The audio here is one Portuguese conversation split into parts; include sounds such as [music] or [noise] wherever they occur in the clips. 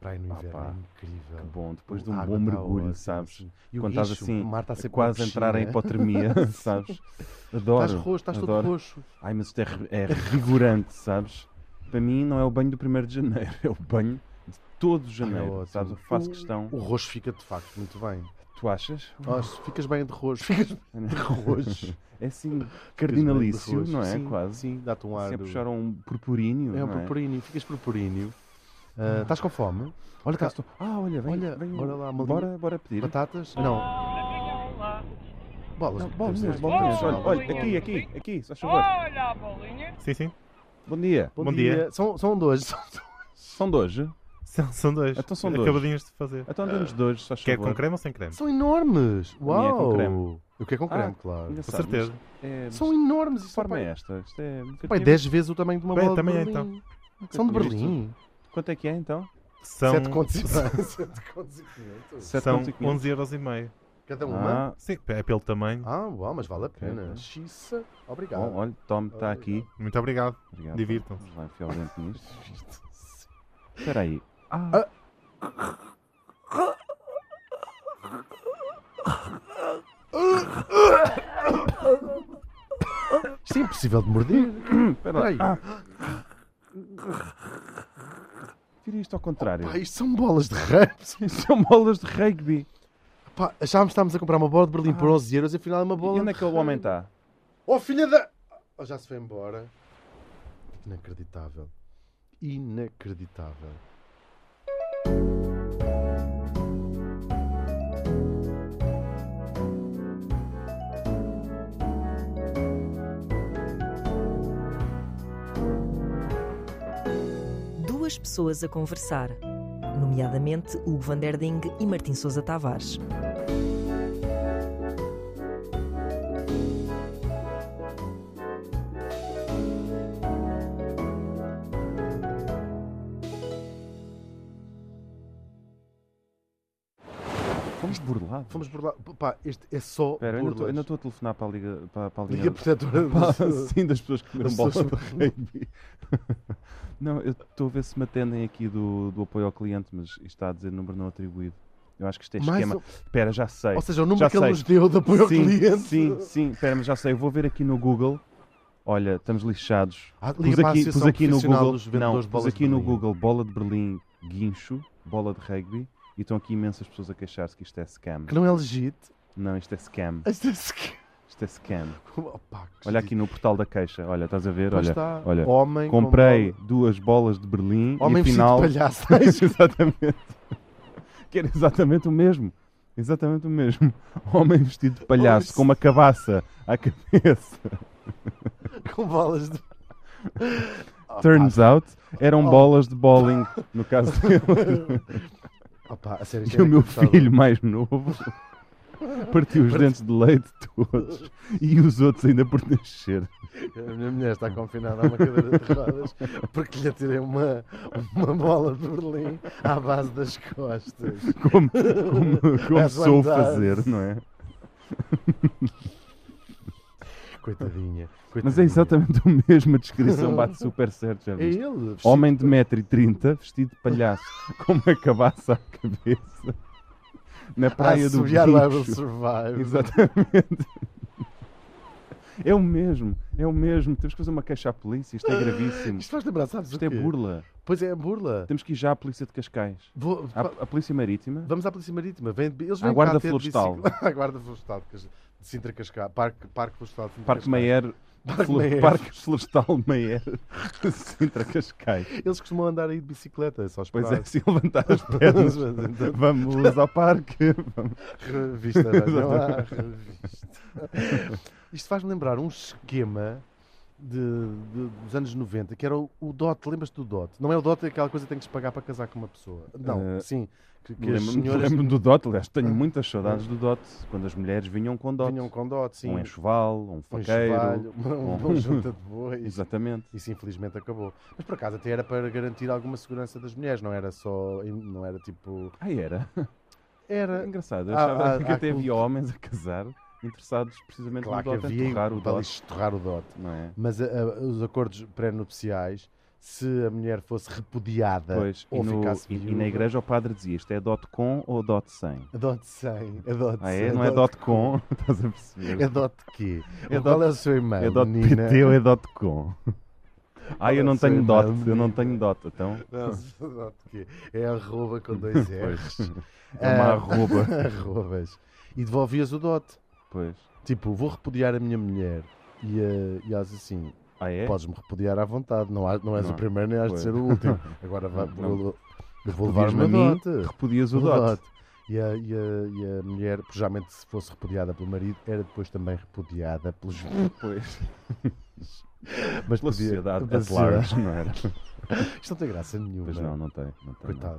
praia no Ah, inverno pá, é incrível. Que bom, depois de A um água bom tá mergulho, ótima, sabes? sim. E o Quando estás guincho, assim, o mar está sempre Quase na entrar piscina. em é? hipotermia, [laughs] [laughs] sabes? Adoro. Estás roxo, estás todo adoro. roxo. Ai, mas isto é, re- é revigorante, sabes? Para mim não é o banho do 1 de janeiro, é o banho de todo janeiro, é ótimo. sabes? Eu faço O- questão. O roxo fica de facto muito bem. [laughs] Tu achas? Ó, se ficas bem de roxo, ficas bem de roxo. É Ficas assim, bem de cardinalício, roxo. não é? Sim, Quase. Sim, dá-te um ar. Se é do- puxar um purpuríneo, É um não é? Hum. purpuríneo, ficas purpuríneo. Ah, Estás com fome? Olha tá- cá, Cá estou- Ah, olha, vem, Olha, vem- bora lá, uma bora, bora pedir. batatas? Não. Bolas, Não, temos de bolinhas, ter bolinhas, olha, bolas. olha, aqui, aqui, aqui, só favor. Ah! Olha a bolinha. Sim, sim. Bom dia. Bom, Bom dia. dia. São, são dois. [laughs] São de hoje? São, são dois. Então são dois. Acabadinhos de fazer. Então andamos Ah, de hoje, só Quer com creme ou sem creme? São enormes. minha é com Uau. creme. Eu quero com Ah, creme, claro. Com certeza. É, São enormes. que Isto forma é é esta? Isto é um pai, bocadinho- 10 vezes o tamanho de uma Bem, bola também é, de Berlim. São de Nunca tinha visto. Berlim. Quanto é que é então? São, 7 contos [laughs] e 7 contos e 500. Sete são contos e quinhentos. 11 euros e meio. Cada uma? Ah, Sim, é pelo tamanho. Ah, uau, mas vale a pena. ok. Xissa. Obrigado. bom, olha, Tom está aqui. Muito obrigado. Obrigado. Divirtam-se. Vamos lá enfiar o dente nisto. Espera aí. Ah, Isto é impossível de morder. [coughs] espera Peraí. aí. Ah. Tira isto ao contrário. Pá, isto são bolas de rams. [laughs] Isto são bolas de rugby. Pá, achávamos que estávamos a comprar uma bola de Berlim por Ah. 11 euros e afinal é uma bola. E onde é que de o homem rugby. está? Oh, filha da. Oh, já se foi embora. Inacreditável. Inacreditável. Duas pessoas a conversar, nomeadamente Hugo van der Ding e Martim Sousa Tavares. Fomos burlados. Fomos por lá. Pá, este é só. Espera, eu ainda estou- eu burlas. ainda estou a telefonar para a Liga, para, [laughs] para a Liga Liga protetora Pá, um do- sim, das pessoas que comeram das bolas pessoas de [laughs] rugby. [laughs] Não, eu estou a ver se me atendem aqui do, do apoio ao cliente, mas isto está a dizer número não atribuído. Eu acho que isto é Mais esquema. um- Espera, já sei. Ou seja, o número Já que ele sei. nos deu de apoio ao sim, cliente. Sim, sim, espera, mas já sei. Eu vou ver aqui no Google. Olha, estamos lixados. Ah, liga Pus para a aqui, Associação pus aqui no Profissional Google. dos não, Vendedores de pus Bolas de aqui no Berlim. Google bola de Berlim guincho, bola de rugby. E estão aqui imensas pessoas a queixar-se que isto é scam. Que não é legit. [laughs] Não, isto é scam. Isto é um sequ- Isto é scam. Opa, que Olha esquisito. aqui no portal da queixa. Olha, estás a ver? Pois Olha, está. olha. Homem com Comprei bola- duas bolas de Berlim Homem e afinal. vestido de palhaço. [laughs] não é isso? [laughs] exatamente. Que era exatamente o mesmo. Exatamente o mesmo. [laughs] Homem vestido de palhaço, Homem com uma cabaça à cabeça. com bolas de. Opa, [laughs] Turns out, eram Oh. bolas de bowling, [laughs] no caso dele. Opa, a sério, é isto E [laughs] o meu inacreditável. filho mais novo [laughs] partiu os dentes de leite todos e os outros ainda por nascer. A minha mulher está confinada a uma cadeira de rodas porque lhe atirei uma, uma bola de Berlim à base das [laughs] costas. Como, como, como É sou fantástico. fazer, não é? Coitadinha. Mas é coitadinha. exatamente o mesmo, a descrição bate super certo, já É viste? ele. vestido Homem de 1,30m, vestido de palhaço, [laughs] com uma cabaça à cabeça, na para praia do assobiar o I Will bicho. Survive. Exatamente. É o mesmo, é o mesmo. Temos que fazer uma queixa à polícia, isto é gravíssimo. Isto faz lembrar, sabes? o Isto é quê? burla. Pois é, é burla. Temos que ir já à polícia de Cascais. Vou- À, à polícia marítima? Vamos à Polícia Marítima. Vem, de- eles À vêm cá Ah. Guarda ter de Florestal. bicicleta- [laughs] à Guarda Florestal de Cas- de Sintra Cascais. Parque, Parque Florestal de Sintra Parque Cascais. Maier, Parque Flo- Maier. Parque Florestal Maier, [laughs] Sintra Cascais. Eles costumam andar aí de bicicleta, é só Pois esperar. é, se levantar [laughs] as pernas, Então- vamos ao parque. Vamos. Revista, [laughs] não há revista. [laughs] Isto faz-me lembrar um esquema de, de- dos anos 90, que era o, o DOT, lembras-te do DOT? Não é o DOT, é aquela coisa que tem que se pagar para casar com uma pessoa. Não, Eh, sim. Que, que as Lembro-me senhoras Ah. lembro-me do Dot, aliás, tenho muitas saudades do Dot, quando as mulheres vinham com Dot. vinham com DOT, sim. um enxoval, um um faqueiro. chevalho, [laughs] uma, uma um- junta [laughs] de bois. Exatamente. Isso infelizmente acabou. Mas por acaso até era para garantir alguma segurança das mulheres, não era só. Não era tipo. Ah, era. Era. [laughs] Engraçado. Eu Há- achava há- que há até havia culto. homens a casar interessados precisamente Claro no que Dot, a havia enterrar o para Dot. estorrar o DOT. Não é? Mas a- a- os acordos eh, pré-nupciais se a mulher fosse repudiada Pois, e, ou no- ficasse e- e viúva. na igreja o padre dizia isto é dot com ou dot sem? Adote 100, adote Ah 100, é? Não é dot com? [laughs] Estás a perceber? Adote quê? É Qual dot- é o seu e-mail, É dot menina? PT ou é dot com? Ai, eu não Olha, sou tenho dot, irmão. eu não tenho dot, então [laughs] Não, adote quê? É arroba com [laughs] dois R's. é uma Ah, arroba. [laughs] Arrobas. E devolvias o dote. Pois. Tipo, vou repudiar a minha mulher. E, eh, e elas assim, Ah é? podes-me repudiar à vontade. Não, há- não és Não. o primeiro nem has de Pois. ser o [laughs] último. Agora vai, Não. eu, eu vou levar o Repudias-me meu a mim, dote. Repudias o O dot. dote. E a, e, a, e a mulher, que geralmente se fosse repudiada pelo marido, era depois também repudiada [laughs] pelos. [laughs] Pois. Mas Pela podia- sociedade pela at large, não era? Isto não tem graça nenhuma. [laughs] Pois não, não tem. Não tem não. Coitada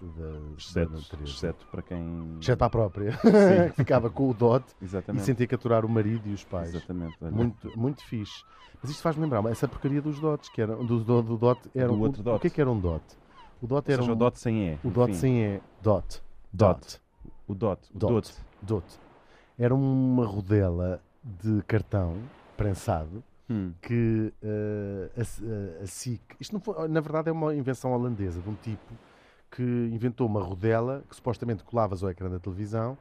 da Exceto, Dona Teresa. exceto para quem. Exceto à própria. [laughs] Sim. [laughs] que Ficava com o dote e Exatamente. sem ter que aturar o marido e os pais. Exatamente. olha. Muito, muito fixe. Mas isto faz-me lembrar essa porcaria dos dotes, que era, do, do, do dote era Do um- outro O que é dote. que era um dote? O dote Ou era seja, o um- dot sem E. o no dote fim. sim é dot. Dot. O dot. O Dot. dot. Dot. Era uma rodela de cartão prensado Hum. que eh, a, S- a- a SIC, isto não foi, na verdade é uma invenção holandesa de um tipo que inventou uma rodela que supostamente colavas ao ecrã da televisão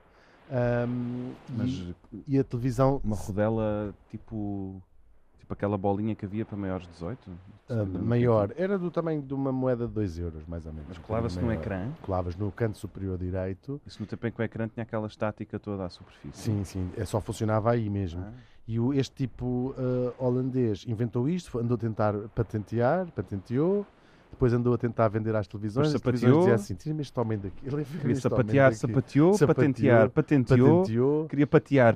ahm, Mas e, e a televisão uma rodela tipo. Tipo aquela bolinha que havia para maiores de 18? ah, maior, era do tamanho de uma moeda de 2 euros mais ou menos. Mas um colava-se no bocadinho maior. ecrã. Colavas no canto superior direito, Isso no tempo em que o ecrã tinha aquela estática toda à superfície. sim, sim, é, só funcionava aí mesmo. Ah, E o, este tipo ah, holandês inventou isto, foi- andou a tentar patentear, patenteou, depois andou a tentar vender às televisões. Depois as televisões sapateou. diziam assim: tira-me este homem daqui. Ele Queria sapatear, sapateou, é Sapateou, patentear, patenteou. patenteou. Queria patear,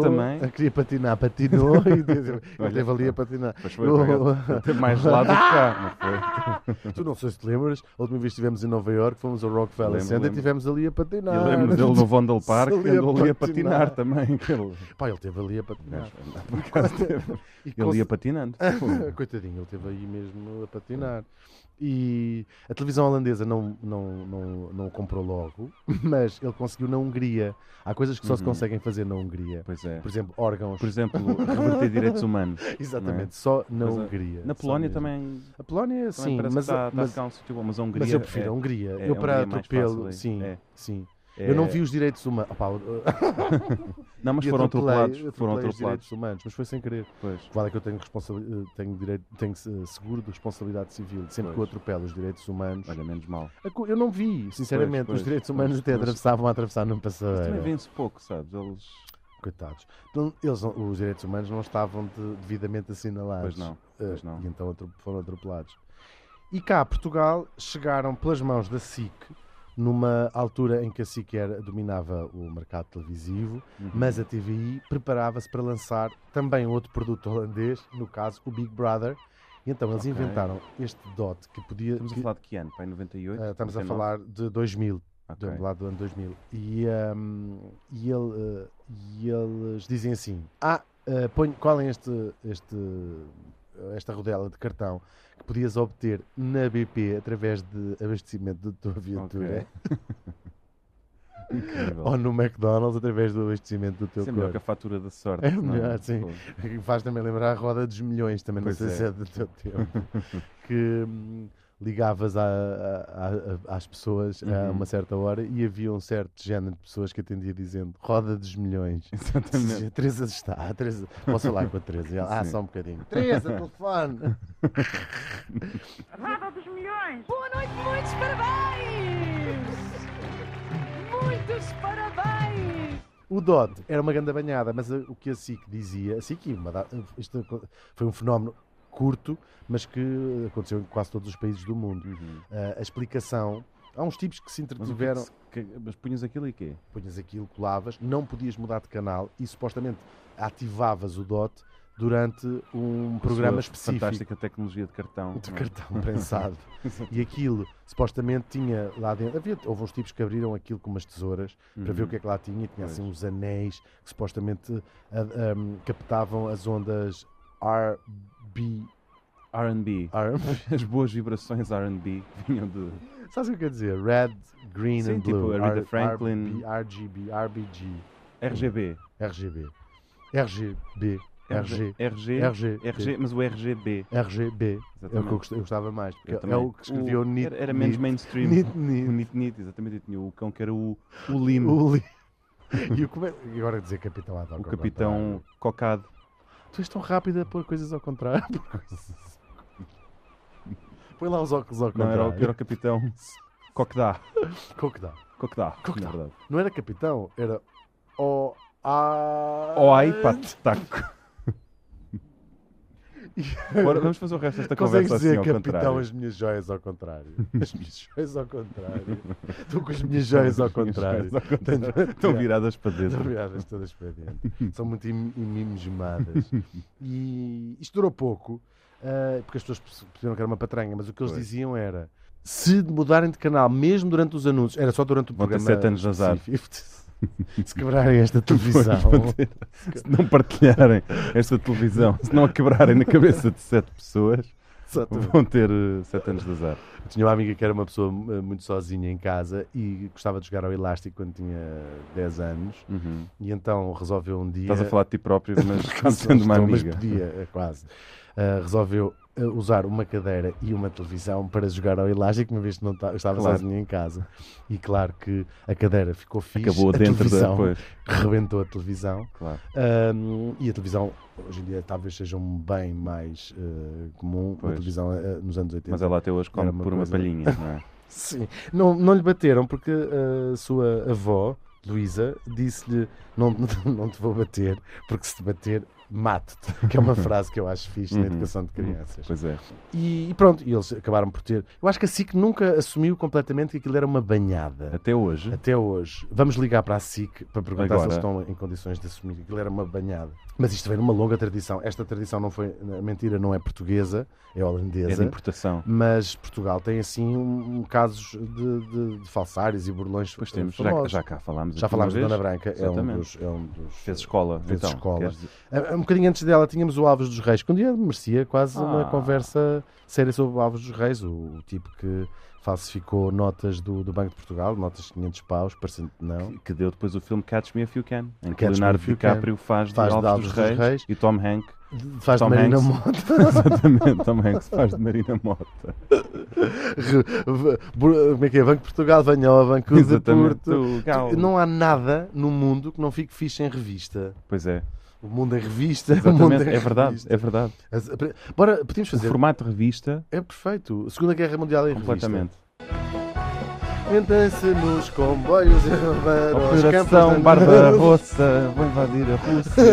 [laughs] também. Queria patinar, patinou [laughs] e disse, ele Olha, teve ali a pá. patinar. Pois foi, Eu- [laughs] obrigado. Até mais lá do que cá, não foi? Tu não sei se te lembras, a última vez estivemos em Nova York, fomos ao Rockefeller Lembro, Center e lembro. estivemos ali a patinar. Eu lembro dele no Vondel Park, Se ali a andou ali a Ah, patinar. patinar também. que Ele, Pá, ele esteve ali a patinar. Por acaso teve- E ele ia patinando. [laughs] Pô, Coitadinho, ele esteve aí mesmo a patinar. E a televisão holandesa não, não, não, não o comprou logo, [laughs] mas ele conseguiu na Hungria. Há coisas que só se Uhum. conseguem fazer na Hungria. Pois é. Por exemplo, órgãos. Por exemplo, reverter direitos humanos. Exatamente, só na Pois é. Hungria. Na só Polónia mesmo. também, A Polónia, também sim, parece mas, que está, está a mas, ficar um sítio bom, mas a Hungria mas eu prefiro a Hungria. é- é eu para a Hungria mais fácil atropelo, aí. sim, É. sim. é- Eu não vi os direitos humanos. Opá, eu- Não, mas eu foram atropelei- atropelados. eu atropelei os Foram atropelados. direitos humanos, mas foi sem querer. Pois. Claro que eu tenho, responsabil- eh, tenho, direito, tenho eh, seguro de responsabilidade civil. Sempre que eu Pois. atropelo os direitos humanos. Olha, menos mal. A co- Eu não vi, sinceramente. pois, os direitos pois, humanos até pois. atravessavam a atravessar numa Também passadeira. vence pouco, sabes? Eles. Coitados. Então, eles, não- os direitos humanos não estavam de- devidamente assinalados. Pois não. Eh, pois não. E então atro- foram atropelados. E cá, a Portugal, chegaram pelas mãos da SIC, numa altura em que a SIC era- dominava o mercado televisivo, Uhum. mas a TVI preparava-se para lançar também outro produto holandês, no caso o Big Brother. E então eles Ok. inventaram este DOT que podia. Estamos a que- falar de que ano? Pai, 98? eh, estamos a 99? falar de 2000, Ok. do lá do ano 2000. E, ehm, e, ele, eh, e eles dizem assim: Ah, eh, ponho, colhem este, este, esta rodela de cartão que podias obter na BP através de abastecimento da tua viatura Ok. é? [laughs] Incrível. [laughs] ou no McDonald's através do abastecimento do teu Isso é melhor que corpo. a fatura da sorte. É não Tipo, melhor, sim. Pô. [laughs] E Faz também lembrar a roda dos milhões, também Pois não sei é. se é do teu [laughs] tempo, que hum, ligavas à- à- à- às pessoas a Uhum. uma certa hora e havia um certo género de pessoas que atendia dizendo roda dos milhões. Exatamente. A [laughs] Teresa está, a Teresa. Posso falar com a Teresa? E ela, ah, Sim. só um bocadinho. Teresa, telefone! Roda dos Milhões! Boa noite, muitos parabéns! Muitos parabéns! O DOT era uma grande banhada, mas a- o que a SIC dizia, a SIC, e uma da- uh, isto foi um fenómeno curto, mas que aconteceu em quase todos os países do mundo. Uh, Uhum. a- a explicação. Há uns tipos que se Mas, o que é que entretiveram. se- que- mas punhas aquilo e quê? Punhas aquilo, colavas, não podias mudar de canal e supostamente ativavas o DOT durante um programa Sua específico Fantástica tecnologia de cartão. de não é? cartão [laughs] prensado. e aquilo supostamente tinha lá dentro. Havia, houve uns tipos que abriram aquilo com umas tesouras para ver o Uhum. que é que lá tinha. E tinha assim Pois. uns anéis que supostamente ah, ah, captavam as ondas RB. RB. RB. As boas vibrações RB vinham de. [laughs] Sabes o que quer dizer? Red, Green Sim, and tipo Blue. Aretha R- Franklin. RB, RGB, RBG. RGB. RGB. RGB. RG. RG, RG. RG, mas o RGB. RGB. É o que eu Exatamente. gost- eu gostava mais. Porque Eu é também. o que escreveu Nit. Era, era menos Nit- mainstream. Nit- O Nit. Nit Nit, exatamente. Eu tinha o cão que era o, o Lino. O Li- [laughs] E o come- e agora dizer Capitão Adoro. o capitão cocado. Tu és tão rápido a pôr coisas ao contrário. [laughs] Pôr coisas- Põe lá os óculos ao Não, contrário. era o, era [laughs] o capitão Coquedá. Qual que dá? Coquedá, Coquedá. na verdade. Não era Capitão, era O. A... Oi, [laughs] pataco. Agora vamos fazer o resto desta Consegues conversa assim dizer ao capitão contrário. as minhas joias ao contrário? [laughs] As minhas joias ao contrário. Estou com as minhas joias ao contrário. Ao contrário. Tenho- Estão viradas para dentro. Estão viradas todas para dentro. [laughs] São muito im- imimesmadas. E isto durou pouco, ah, porque as pessoas perce- perceberam que era uma patranha, mas o que eles Pois. diziam era se mudarem de canal, mesmo durante os anúncios, era só durante o Vão ter programa. sete anos de azar. específico, [laughs] Se quebrarem esta televisão, Pois, [laughs] Se não partilharem esta televisão, se não a quebrarem na cabeça de sete pessoas, só tu- vão ter eh, sete anos de azar. Tinha uma amiga que era uma pessoa eh, muito sozinha em casa e gostava de jogar ao elástico quando tinha 10 anos. Uhum. E então resolveu um dia. Estás a falar de [laughs] ti próprio, mas Não, sendo uma estou, mas amiga. podia, eh, quase. Ah, resolveu eh, usar uma cadeira e uma televisão para jogar ao elástico, uma vez que não ta- estava Claro. sozinha em casa. E claro que a cadeira ficou fixe, Acabou a dentro da. é televisão Pois, rebentou a televisão. claro. Ahm, e a televisão, hoje em dia, talvez seja um bem mais eh, comum, Pois. a televisão eh, nos anos 80. Mas ela até hoje come Era uma por uma coisa- palhinha, [laughs] não é? Sim. Não, não lhe bateram porque eh, a sua avó, Luísa, disse-lhe: não, [laughs] não te vou bater, porque se te bater, mato-te. Que é uma [laughs] frase que eu acho fixe na Uhum. educação de crianças. Pois é. E, e pronto, e eles acabaram por ter. Eu acho que a SIC nunca assumiu completamente que aquilo era uma banhada. Até hoje. Até hoje. Vamos ligar para a SIC para perguntar se eles Agora. estão em condições de assumir que aquilo era uma banhada. Mas isto vem numa longa tradição. Esta tradição não foi. A mentira não é portuguesa, é É holandesa de importação. mas Portugal tem assim um, um casos de, de- de falsários e burlões Pois eh, temos, já, famosos. já cá falámos. Já aqui falámos de uma vez. Dona Branca, é um Exatamente. dos. É um, dos Fez escola. Fez então, escola. queres dizer- Ah, um bocadinho antes dela tínhamos o Alves dos Reis, que um dia merecia quase uma Ah. conversa séria sobre o Alves dos Reis, o, o tipo que falsificou notas do, do Banco de Portugal, notas de 500 paus, parecendo que não. que deu depois o filme Catch Me If You Can, em que Catch Me Leonardo If You DiCaprio faz de Faz de Alves, dos, Reis, e Tom Hanks. [laughs] Faz de Tom Marina Hanks. Monte. Exatamente, Tom Hanks faz de Marina Mota. Como é que é? Banco de Portugal, venha ao Banco de Exatamente. Porto. Tu, Gal. Não há nada no mundo que não fique fixe em revista. Pois é, O mundo em revista. [laughs] O mundo exatamente, em é verdade, revista. é verdade. As- pre- Bora, podemos O fazer. formato de revista, É perfeito. Segunda Guerra Mundial em completamente. revista. se nos comboios e os campos Operação de- Barbarossa, vou invadir a Rússia.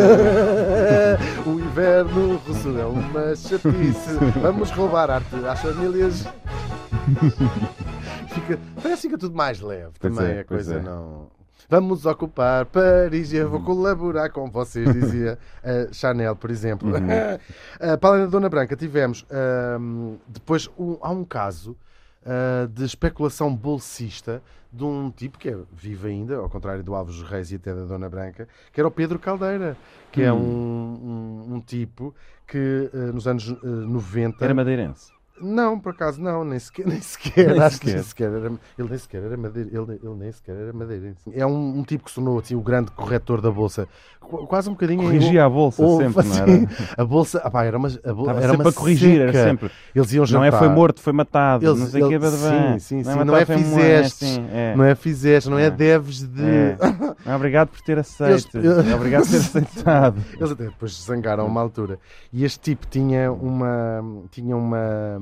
[laughs] o inverno russo é uma [laughs] chatice. Vamos roubar arte às famílias. [laughs] Fica, parece que fica tudo mais leve Pois também. é, a pois coisa é. não. Vamos ocupar Paris e eu vou colaborar com vocês, dizia a Chanel, por exemplo. [laughs] Ah, para além da Dona Branca, tivemos ahm, depois um- há um caso ah, de especulação bolsista de um tipo que é vivo ainda, ao contrário do Alves dos Reis e até da Dona Branca, que era o Pedro Caldeira, que é um, um, um tipo que ah, nos anos ah, 90. Era madeirense. Não, por acaso não, nem sequer, [laughs] nem sequer, Nem acho que nem sequer. sequer era, ele nem sequer era madeira, ele, ele nem sequer era madeira. É um, um tipo que sonou assim, o grande corretor da bolsa, Qu- quase um bocadinho Corrigia a bolsa Houve, [laughs] sempre, não assim, era? A bolsa, ah pá, era uma, a bol- Estava era sempre uma a corrigir, seca. era sempre. Eles iam jantar. Não é foi morto, foi matado, Eles- não sei o que, ele- sim, sim, sim, não é matado, foi morto, fizeste, assim, é. Não é fizeste, não é, É. deves de. É. Obrigado por ter aceito. É, Eles- Obrigado por ter aceitado. [laughs] Eles até depois se zangaram a uma altura. E este tipo tinha uma. Tinha uma.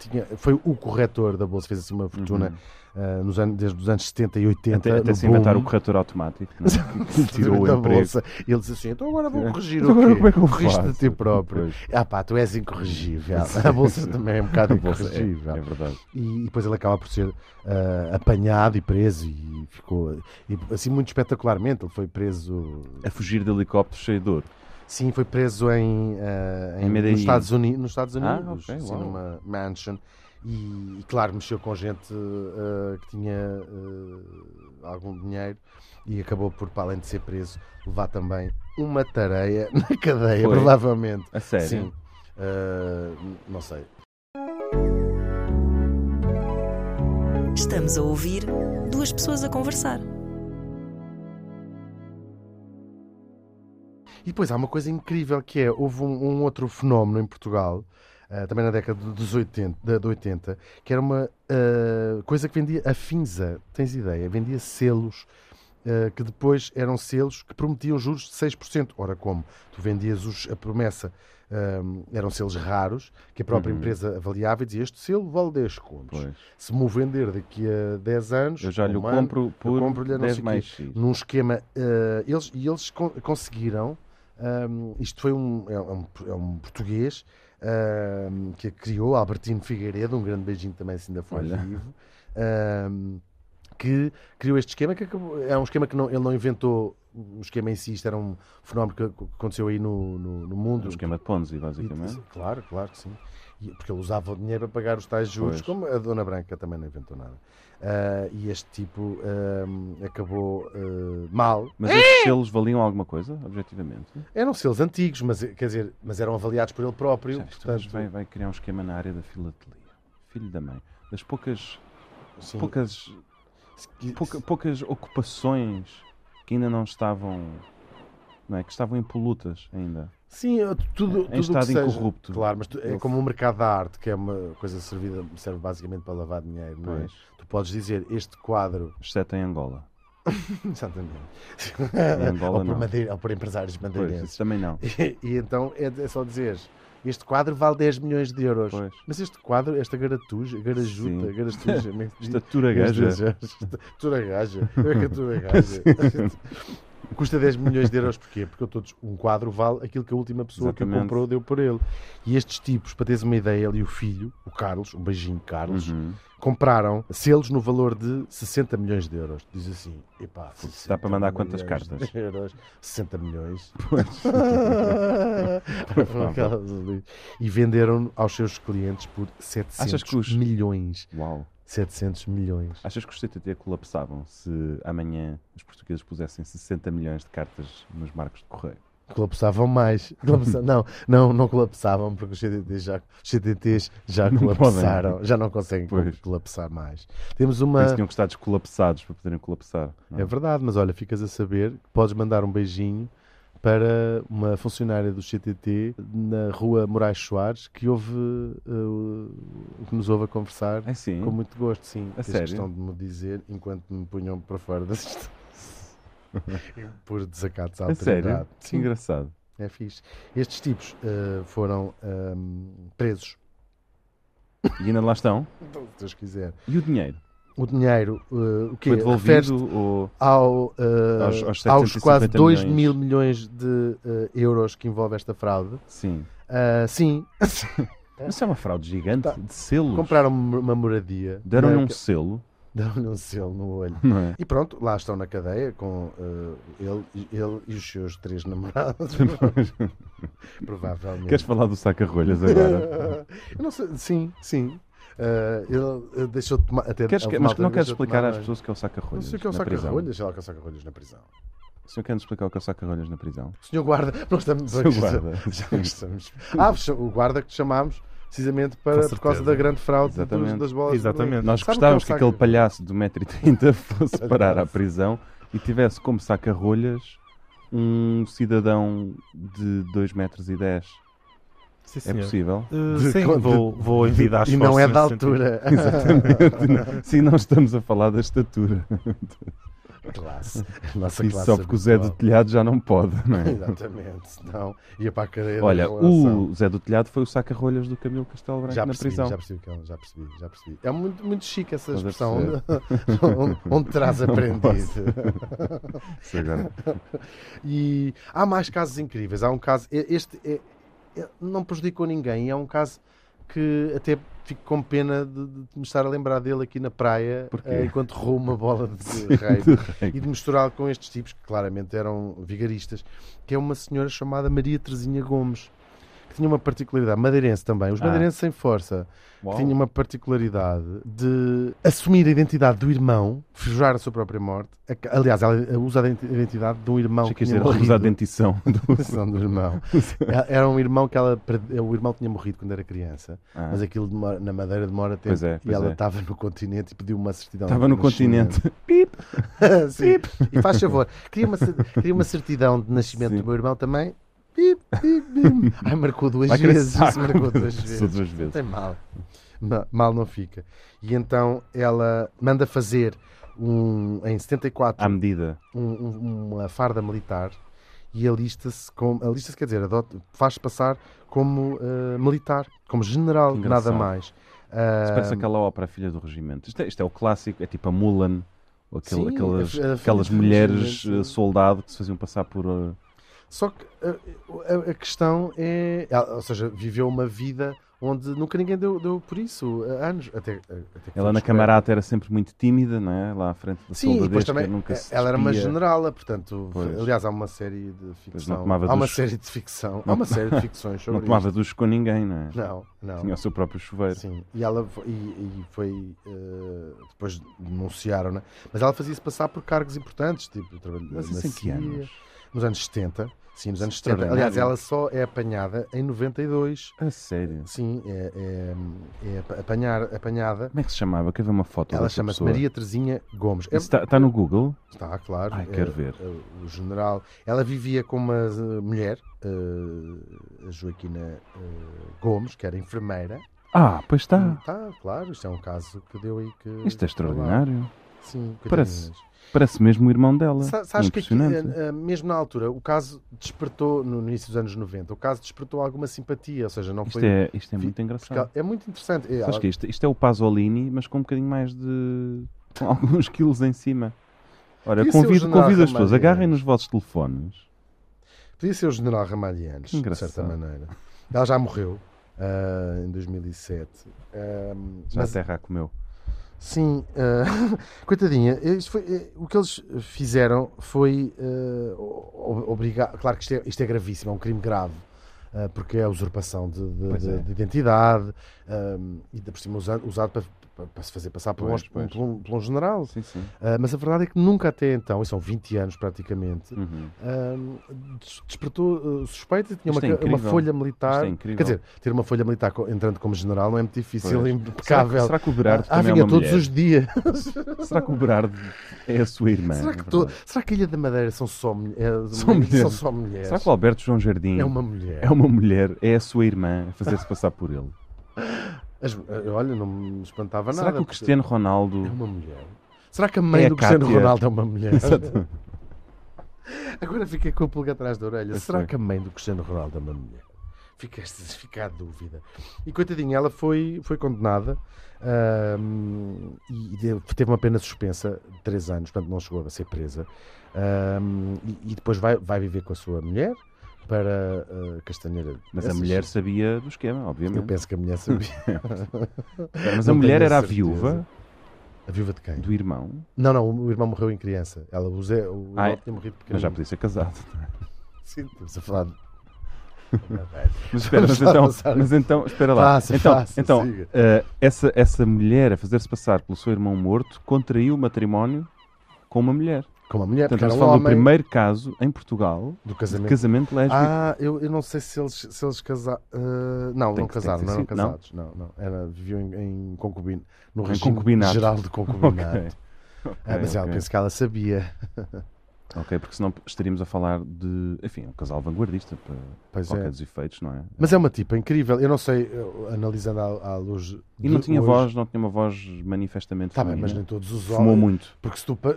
Tinha, foi o corretor da Bolsa, fez assim uma fortuna ah, nos anos, desde os anos 70 e 80. Uhum. Até, até no se inventar o boom. corretor automático. não é? [laughs] Que lhe [laughs] tirou o da emprego. bolsa. E ele diz assim: então agora vou É. corrigir Então o agora quê? como é que eu Corriste de faço? ti próprio. Pois. Ah pá, tu és [laughs] incorrigível. A bolsa também é um bocado A bolsa é, incorrigível. é verdade. E depois ele acaba por ser ah, apanhado e preso e ficou e, assim muito espetacularmente. Ele foi preso. A fugir de helicóptero cheio de ouro. Sim, foi preso em, ah, Em Medellín. nos Estados Unidos, nos Estados Ah, Unidos ok, assim, uau. numa mansion. E, e, claro, mexeu com gente ah, que tinha ah, algum dinheiro e acabou por, para além de ser preso, levar também uma tareia [laughs] na cadeia, Foi? provavelmente. A sério. Sim. Ah, não sei. Estamos a ouvir duas pessoas a conversar. E depois há uma coisa incrível que é, houve um, um outro fenómeno em Portugal, ah, também na década de- dos 80, da- de 80, que era uma ah, coisa que vendia, a Finza, tens ideia, vendia selos, ah, que depois eram selos que prometiam juros de 6%. Ora, como? Tu vendias os- a promessa, ah, eram selos raros, que a própria Uhum. empresa avaliava e dizia, este selo vale 10 contos. Pois. Se me o vender daqui a 10 anos, Eu já lhe um o ano, compro por compro-lhe a não 10 sei mais X. num esquema. eh, eles, e eles con- conseguiram. ahm, isto foi um, é um, é um português ahm, que a criou, Albertino Figueiredo, um grande beijinho também, se ainda for Olha. vivo. ahm, que criou este esquema, que acabou- é um esquema que não, ele não inventou o esquema em si, isto era um fenómeno que que aconteceu aí no, no, no mundo. Um esquema de Ponzi, E- basicamente. Claro, claro que sim. E- Porque ele usava o dinheiro para pagar os tais juros, Pois. como a Dona Branca também não inventou nada. Ah, e este tipo ah, acabou ah, mal. Mas esses selos valiam alguma coisa, objetivamente? Eram selos antigos, mas, quer dizer, mas eram avaliados por ele próprio. Sabes, tu portanto, vai, vai criar um esquema na área da filatelia. Filho da mãe. Das poucas, sim, poucas, se qui- pouca- poucas ocupações que ainda não estavam... Não é? Que estavam impolutas ainda. sim, tudo, É em tudo o que estado seja- incorrupto. Claro, mas tu- é Ele- como o mercado da arte, que é uma coisa servida, serve basicamente para lavar dinheiro, não é? Pois. Tu podes dizer, este quadro, [laughs] Exceto em Angola. exatamente, Angola, ou, por não. madeira- ou por empresários Pois, madeirenses. isso também não. E, [laughs] e então é, é só dizer: este quadro vale 10 milhões de euros. Pois. Mas este quadro, esta garatuja, garajuta, Sim. garastuja, como é que se diz? Estatura gaja. Esta Tura [laughs] gaja. Eu é que a tura gaja. Custa 10 milhões de euros, porquê? Porque todos, um quadro vale aquilo que a última pessoa que o Exatamente. comprou deu por ele. E estes tipos, para teres uma ideia, ele e o filho, o Carlos, um beijinho, Carlos, Uhum. compraram selos no valor de 60 milhões de euros. Diz assim, epá, dá para mandar 60 quantas milhões cartas? de [laughs] euros, 60 milhões. [laughs] Pois. [laughs] Foram aquelas ali. e venderam aos seus clientes por 700 Achas que os- milhões. Uau. 700 milhões. Achas que os CTT colapsavam se amanhã os portugueses pusessem 60 milhões de cartas nos marcos de correio? Colapsavam [laughs] mais. Colapsa- não, não, não colapsavam porque os CTTs já, os CTTs já Não podem. colapsaram. Já não conseguem Pois. colapsar mais. Temos Por isso uma. tinham que estar descolapsados para poderem colapsar. não É verdade, mas olha, ficas a saber que podes mandar um beijinho para uma funcionária do CTT na rua Moraes Soares que ouve, eh, que nos ouve a conversar É sim. Com muito gosto, sim. A Fez sério? questão de me dizer enquanto me punham para fora da sessão. [laughs] Por desacatos à A É sério. autoridade. Que Sim, engraçado. é fixe. Estes tipos eh, foram ahm, presos, E ainda lá estão. se Deus quiser. E o dinheiro? O dinheiro, eh, o quê? Foi Refere-se devolvido ou... ao, eh, Aos- aos aos quase 750 2 milhões. mil milhões de eh, euros que envolve esta fraude. Sim. Ah, sim, [laughs] Mas isso é uma fraude gigante Tá. de selos. compraram uma moradia. Deram-lhe na- um selo, Deram-lhe um selo no olho. [laughs] não é? E pronto, lá estão na cadeia com eh, ele, e- ele e os seus três [laughs] namorados. Provavelmente. Queres falar do saca-rolhas agora? [laughs] Eu não sei, sim, sim. Eh, ele eh, deixou de tomar. Até, Queres que- houve uma Mas não altura deixou queres de explicar tomar- às pessoas o que é o Não saca-rolhas sei o que é o na prisão? saca-rolhas. Sei lá o que é o saca-rolhas na prisão. O senhor quer nos explicar o que é o saca-rolhas na [laughs] prisão? O senhor guarda, nós estamos. Seu guarda. Já estamos. Ah, o guarda que chamámos precisamente para, Com por causa da certeza. grande fraude dos- Exatamente. das bolas. de Exatamente. Berlim. Nós Sabe o gostávamos é o que aquele saca- palhaço de 1,30m fosse parar à prisão e tivesse como saca-rolhas um cidadão de 2,10m. Sim, É senhor. [laughs] possível? Eh, De sim, con- vou, vou envidar E não esforços é da nesse altura. [laughs] [laughs] Sim, não estamos a falar da estatura. classe. Nossa Isso classe só porque o Zé do habitual. Telhado já não pode, não [laughs] é? Exatamente, senão ia para a cadeia da Olha, relação. o Zé do Telhado foi o saca-rolhas do Camilo Castelo Branco Já na percebi, prisão. já percebi, o que é um- já percebi, já percebi. É muito, muito chique essa Estás a expressão, onde, onde, [laughs] onde [laughs] terás aprendido. Isso agora. [laughs] E há mais casos incríveis. Há um caso, e- este é- é- não prejudicou ninguém, e é um caso que até fico com pena de, de me estar a lembrar dele aqui na praia Porquê? eh, enquanto roubo uma bola [laughs] de rei De rei. e de misturá-lo com estes tipos que claramente eram vigaristas, que é uma senhora chamada Maria Terezinha Gomes, que tinha uma particularidade, madeirense também, os Ah. madeirenses sem força, Uau. que tinha uma particularidade de assumir a identidade do irmão, forjar a sua própria morte. A- Aliás, ela usa a identi- identidade de um irmão Achei que que isto tinha era usar a morrido. [laughs] dentição. do- Não, do irmão. Ela- Era um irmão que ela perde- o irmão tinha morrido quando era criança, Ah, mas aquilo demora- na Madeira demora tempo. Pois é, e pois ela é. estava no continente e pediu uma certidão. Estava de no nascimento. continente. Pip! [laughs] Sim. E faz favor, queria uma, cer- queria uma certidão de nascimento Sim. do meu irmão também. Bip, bip, bip. Ai, marcou duas Vai querer vezes. Isso saco. marcou [laughs] duas Só vezes. duas vezes. Não tem mal. Ma- Mal não fica. E então ela manda fazer um, em 74 À medida. um- um- uma farda militar e alista-se como alista-se quer dizer adota- faz-se passar como eh, militar como general Que nada engraçado. mais Isso um, parece aquela ópera, a filha do regimento. Isto é, isto é o clássico, é tipo a Mulan, ou aquele- Sim, a aquelas, fi- a filha aquelas do mulheres regimento. eh, soldado que se faziam passar por. eh, Só que a, a- a questão é. ela, Ou seja, viveu uma vida onde nunca ninguém deu, deu por isso. há Anos. Até, até que Ela na fomos- camarata era sempre muito tímida, não é? Lá à frente da Sim, e depois soldadesca, também. é, eh, nunca se ela era uma despia. generala, portanto. Pois. Aliás, há uma série de ficção. tomava Há uma dos- série de ficção. Há não uma toma- série [laughs] de ficções sobre Não tomava duchos com ninguém, não é? isto. Não, não. Tinha o seu próprio chuveiro. Sim, e ela fo- e, e foi. eh, depois denunciaram, né? Mas ela fazia-se passar por cargos importantes, tipo. trabalho Mas na isso em que CIA, anos? Nos anos 70. Sim, nos anos 70. Extraordinário. Aliás, ela só é apanhada em 92. A sério. Sim, é, é- é ap- apanhar, apanhada. Como é que se chamava? Quer ver uma foto Ela dessa chama-se pessoa? Maria Terezinha Gomes. É- Isso Está está no Google? Está, claro. Ai, é- quero ver. é o general. Ela vivia com uma eh, mulher, eh, a Joaquina eh, Gomes, que era enfermeira. Ah, pois está. Tá, claro. Isto é um caso que deu aí que. Isto é extraordinário. Sim, Parece- coitadinhas. Parece mesmo o irmão dela. Sa- Sabes que aqui, Impressionante. eh, eh, mesmo na altura, o caso despertou, no início dos anos 90, o caso despertou alguma simpatia, ou seja, não Isto foi. é, isto é vi- muito porque ela- engraçado. é muito interessante. É, Sabes ela- que isto, isto é o Pasolini, mas com um bocadinho mais de. com [laughs] alguns quilos em cima. Ora, Podia ser o convido, general convido as pessoas, Ramalho. agarrem nos vossos telefones. Podia ser o general Ramalhianos, Que de certa engraçado. maneira. Ela já morreu ah, em 2007. Ah, Já mas, a terra a comeu. sim, ah, [laughs] coitadinha, isto foi- eh, o que eles fizeram foi ah, o- obrigar. Claro que isto é, isto é gravíssimo, é um crime grave. ah, porque é a usurpação de, de- Pois de- é. de identidade ah, e, de por cima, usa- usado para, para- para se fazer passar por, um, Pois, hosp- pois. por um- por um general. Sim, sim. Ah, mas a verdade é que nunca até então, e são 20 anos praticamente, Uhum. Ahm, des- despertou uh, suspeita, tinha uma, Isto é ca- uma incrível. folha militar. Isto é incrível. Quer dizer, ter uma folha militar co- entrando como general não é muito difícil, Pois. é Será, que, impecável. será que o Berardo ah, também é vinha uma todos mulher? os dias. Será que o Berardo é a sua irmã? [laughs] será, que na to- verdade? será que a Ilha da Madeira são só, mulhe- é- São [laughs] são mulheres. só mulheres? Será que o Alberto João Jardim É uma mulher. é uma mulher, é a sua irmã a fazer-se passar por ele? As- eh, olha, não me espantava Será nada. que o porque Cristiano Ronaldo É uma mulher. Será que a mãe É a do Cristiano Cátia. Ronaldo é uma mulher? Agora fiquei com o pulga atrás da orelha. Pois Será foi. que a mãe do Cristiano Ronaldo é uma mulher? Ficaste, fica a dúvida. E coitadinha, ela foi, foi condenada ahm, e deu- teve uma pena suspensa de 3 anos, portanto não chegou a ser presa. Ahm, e, e depois vai, vai viver com a sua mulher para ah, Castanheira. de Mas a Peças. mulher sabia do esquema, Eu obviamente. penso que a [laughs] mulher sabia. Mas a não mulher tenho era a certeza. viúva A viúva de quem? do irmão, Não, não, o irmão morreu em criança. Ela, o Zé, o Ah, irmão tinha morrido pequeno. mas já podia ser [laughs] casado. Sim, estamos a falar de... Mas espera, mas Vamos lá então, passar. mas então espera lá. Passa, então, passa, então siga. eh, essa, essa mulher a fazer-se passar pelo seu irmão morto contraiu o matrimónio com uma mulher. Com uma mulher, Portanto, porque era estamos a um falar do homem primeiro caso em Portugal do de casamento. casamento lésbico. Ah, eu, eu não sei se eles, se eles casaram. não, Tem não que- tem que casaram, ter não eram sido, não? casados. Não, não. Era, viviam em, em concubino. No Em regime concubinato. geral de [laughs] Ok. concubinato. Ah, Ok, mas ela ok. penso que ela sabia. Ok, porque senão estaríamos a falar de, enfim, um casal vanguardista para Pois qualquer é. dos efeitos, não é? Mas é uma tipa incrível. Eu não sei, eu, analisando à, à luz. E não de tinha hoje- voz, não tinha uma voz manifestamente Tá bem, mas feminina. nem todos os Fumou homens. muito. Porque se tu. pa-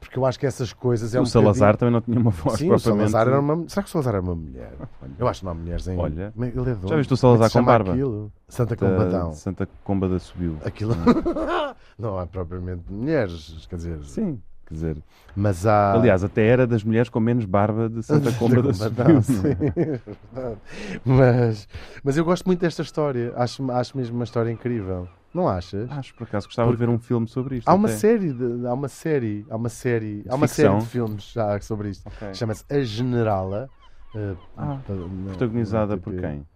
Porque eu acho que essas coisas é um o Salazar também não tinha uma voz bocadinho... Sim, o propriamente. Salazar era um uma. Será que o Salazar era uma mulher? Eu acho que não há mulheres em. Olha. Como é que ele é de Já viste o onde? Como é que Salazar se com chama barba? aquilo? Santa Santa- Combadão. Santa Combada subiu. Aquilo [laughs] não é propriamente mulheres, quer dizer. Sim, quer dizer. Mas há. [laughs] Aliás, até era das mulheres com menos barba de Santa Combada Combadão, subiu. sim, [laughs] é verdade. mas, mas eu gosto muito desta história. Acho, acho mesmo uma história incrível. Não achas? Acho por acaso gostava de ver um filme sobre isto. há uma até. série de, há uma série, há uma série, há uma série de ficção? filmes já sobre isto. Ok. Chama-se A Generala. eh, Ah, pa- na- Protagonizada na por TV. quem?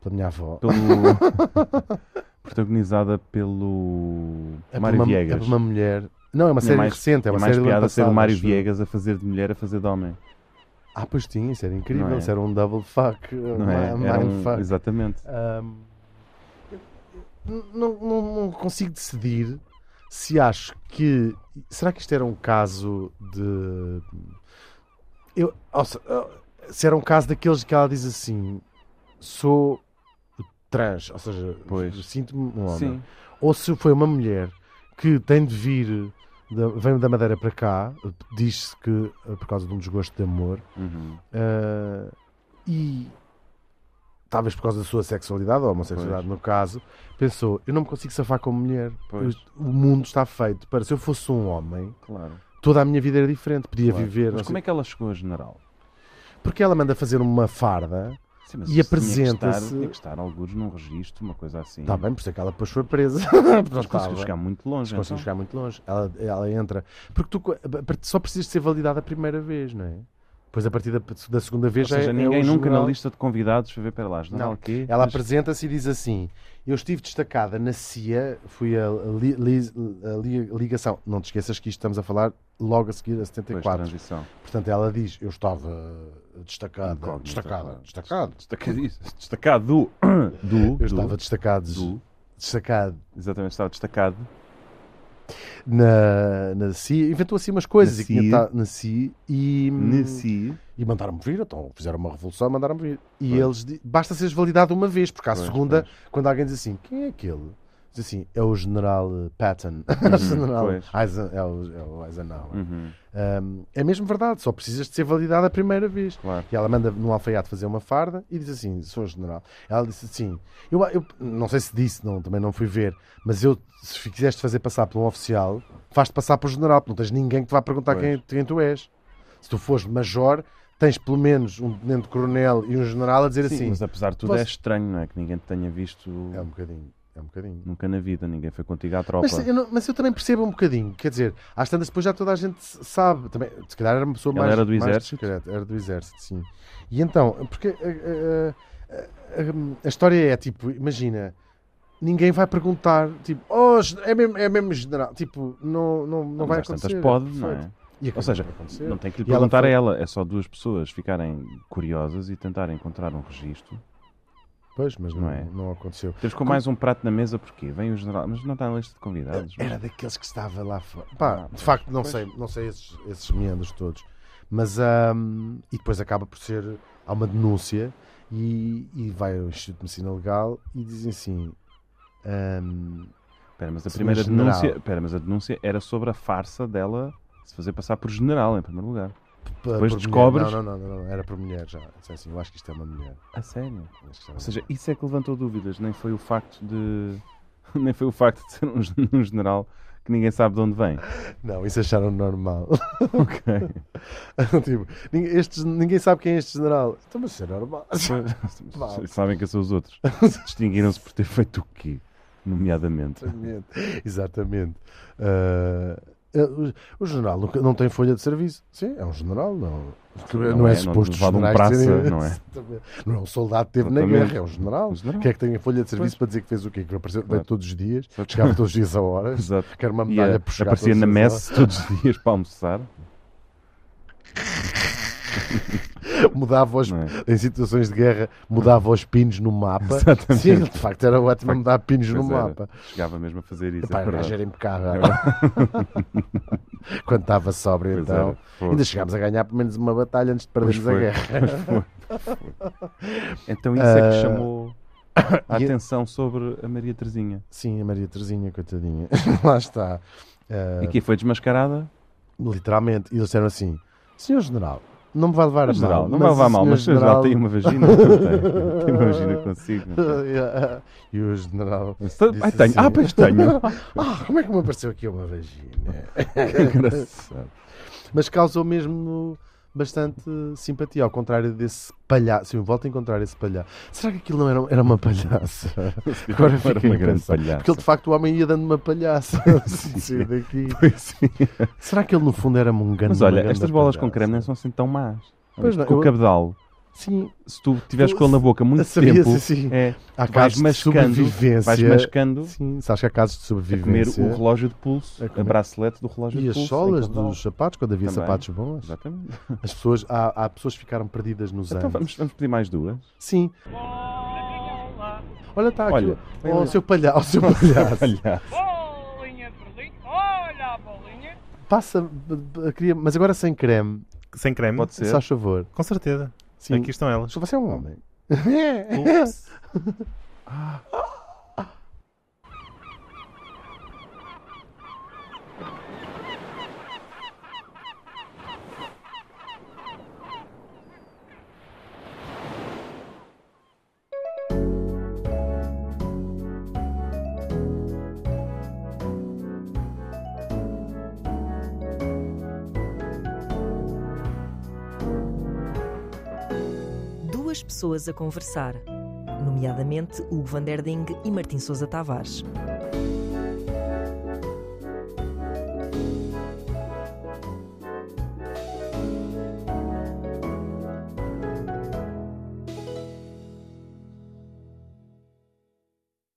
pela minha avó. [laughs] Pelo... protagonizada pelo É Mário por uma, É Viegas. por uma mulher. Não, é uma É série mais- recente, é É uma mais série do ano piada ser o passado, Mário acho. Viegas a fazer de mulher a fazer de homem. Ah, pois tinha, isso era incrível, Não é? isso era um double fuck, Não é? uma Era um- mindfuck. Exatamente. Ahm, não, não- não consigo decidir se acho que. Será que isto era um caso de. Eu, ou se, se era um caso daqueles que ela diz assim: sou trans, ou seja, Pois. sinto-me um homem. Sim. Ou se foi uma mulher que tem de vir, da, vem da Madeira para cá, diz-se que eh, por causa de um desgosto de amor. Uhum. Ah, e talvez por causa da sua sexualidade ou homossexualidade no caso, pensou, eu não me consigo safar como mulher. Pois. Eu- O mundo está feito para se eu fosse um homem, Claro. toda a minha vida era diferente, podia claro. viver. assim. Mas não como sei- é que ela chegou a general? Porque ela manda fazer uma farda, Sim, mas E isso tinha que apresenta-se- estar- Tinha que estar alguns num registro, uma coisa assim. está bem, por isso é que ela depois foi [laughs] presa. [laughs] Porque não Mas conseguiu estava. chegar muito longe. Mas conseguiu então. chegar muito longe. Ela, ela entra. Porque tu co- só precisas de ser validada a primeira vez, não é? Depois, a partir da, da segunda Ou vez, já seja, é, ninguém é o nunca na general. lista de convidados foi ver para lá. General Não. quê? Ela Mas- apresenta-se e diz assim: Eu estive destacada na CIA, fui a, li- li- a li- ligação. Não te esqueças que isto estamos a falar logo a seguir a Pois, 74. transição. Portanto, ela diz: Eu estava destacada, Incógnita, destacada, claro. destacado. Destacadíssimo. Destacado [laughs] do. [coughs] Do. Eu do- estava destacado, do- destacado Exatamente, estava destacado. na, na CIA. Inventou assim umas coisas Na e tinha CIA. ta- na CIA e, hum, Nessi. e mandaram-me vir. Então, fizeram uma revolução, mandaram-me vir. E Pois. eles. di- Basta seres validado uma vez, porque à Pois, segunda, pois. quando alguém diz assim: Quem é aquele? Diz assim, é o general eh, Patton. É [laughs] o general Uhum, pois. Eisen- é o- é o Eisenhower. Uhum, Um, é mesmo verdade, só precisas de ser validada a primeira vez. claro. E ela manda num alfaiate fazer uma farda e diz assim: sou general. Ela disse assim: eu, eu não sei se disse, não, também não fui ver, mas eu, se quiseste fazer passar por um oficial, faz-te passar por general, porque não tens ninguém que te vá perguntar Pois. quem, quem tu és. Se tu fores major, tens pelo menos um tenente-coronel e um general a dizer Sim, assim: mas apesar de tudo posso- é estranho, não é? Que ninguém te tenha visto é um bocadinho, é um bocadinho. nunca na vida, ninguém foi contigo à tropa. Mas eu, não- mas eu também percebo um bocadinho, quer dizer, às tantas depois já toda a gente s- sabe, também, se calhar era uma pessoa Ela mais. era do mais exército? discreta, era do exército, sim. E então, porque eh, eh, eh, a, história é tipo, imagina, ninguém vai perguntar, tipo, oh, gen- é mesmo, é mesmo general, tipo, não, não, não Mas vai às tantas acontecer. pode, não é? Perfeito. E acabou seja, por acontecer. Não tem que lhe E ela perguntar foi- a ela, é só duas pessoas ficarem curiosas e tentarem encontrar um registro. Pois, mas não, não não, é? aconteceu. Temos com mais um prato na mesa, porquê? Vem o general, mas não está na lista de convidados. Era daqueles que estava lá fora. Pá, Ah, pois, de facto, não pois. sei, não sei esses, esses meandros todos. Mas, ahm, e depois acaba por ser, há uma denúncia e, e vai ao Instituto de Medicina Legal e dizem assim, hum, ahm, Espera, mas a Senhor primeira um general. denúncia, espera, mas a denúncia era sobre a farsa dela se fazer passar por general, em primeiro lugar. p- Depois por mulher. descobres- Não, não, não, não, não, era por mulher já. Disse assim, eu acho que isto é uma mulher. A sério? Acho que isto é uma Ou seja, mulher. isso é que levantou dúvidas, nem foi o facto de [laughs] nem foi o facto de ser um, gen- um general que ninguém sabe de onde [laughs] vem. Não, isso acharam normal. [laughs] Ok. tipo, ninguém, estes, ninguém sabe quem é este general. Então, mas isso é normal. Vá. Sabem que são os [laughs] outros. Distinguiram-se por ter feito o quê? Nomeadamente. Exatamente. Exatamente. Ah, eh, o- o general nunca- não tem folha de serviço. Sim, é um general, não. Não, é, suposto Não, os não, um generais praça, serem- [laughs] não é? Não é um soldado que teve na Exatamente. guerra, é um general. Um general. Quem é que tem a folha de serviço para dizer que fez o quê? Que apareceu veio Claro. todos os dias, Só que- chegava todos os dias a horas, [laughs] Exato. quer uma E, medalha eh, por chegar aparecia todas na as messe todos os dias para almoçar. horas. Mudava os, Não é? em situações de guerra, mudava os pinos no mapa. Exatamente. Sim, de facto era ótimo mudar pinos no Pois era. mapa. Chegava mesmo a fazer isso. Pá, é o verdade. gajo era impecável. [laughs] Quando estava sóbrio, Pois então. era. Foi. Ainda chegámos a ganhar pelo menos uma batalha antes de perdermos a foi. guerra. [laughs] Então isso é que Ah, [coughs] chamou a e- atenção sobre a Maria Terezinha. Sim, a Maria Terezinha, coitadinha. [laughs] Lá está. Ah, E que foi desmascarada? Literalmente. E eles disseram assim: Senhor General, não me vai levar a Mas, geral, mal. não vai levar mal, mas o senhor geral tem uma vagina. não tem? Tem uma vagina consigo. não tem? [laughs] e o General. Disse Ah, tenho. Ah, assim. pois tenho. [laughs] Ah, como é que me apareceu aqui uma vagina? Que engraçado. Mas causou mesmo bastante simpatia, ao contrário desse palhaço. Eu volto a encontrar esse palhaço. Será que aquilo não era, era uma palhaça? Agora Era fiquei uma a grande pensar. palhaça. [laughs] Porque ele, de facto, o homem ia dando uma palhaça. [laughs] Sim, daqui. Pois sim. Será que ele no fundo era um grande Mas olha, assim. grande estas bolas com palhaço? creme nem são assim tão más. Pois Isto não, com o eu- cabedal Sim, Se tu tiveres com ele na boca muito sabia tempo, sim. é, assim. Há vais casos de mascando, sobrevivência. vais mascando Sim, sabes que há casos de a comer sobrevivência. o relógio de pulso, A a, comer. bracelete do relógio e de as pulso. solas aquele dos sapatos, quando havia Também. sapatos bons. Exatamente. As pessoas, há, há pessoas que ficaram perdidas nos Então anos. vamos, vamos pedir mais duas. Sim. Olha, está aqui. Olha, Ó, o seu palha- ó, seu [laughs] palhaço. Olha, Bolinha Berlim. Olha a bolinha. Passa, b- b- queria, mas agora sem creme, Sem creme? pode se ser. faz favor. Com certeza. Sim. Aqui estão elas. Você é um [laughs] homem. É, Ups. Duas pessoas a conversar, nomeadamente Hugo Van der Ding e Martim Sousa Tavares.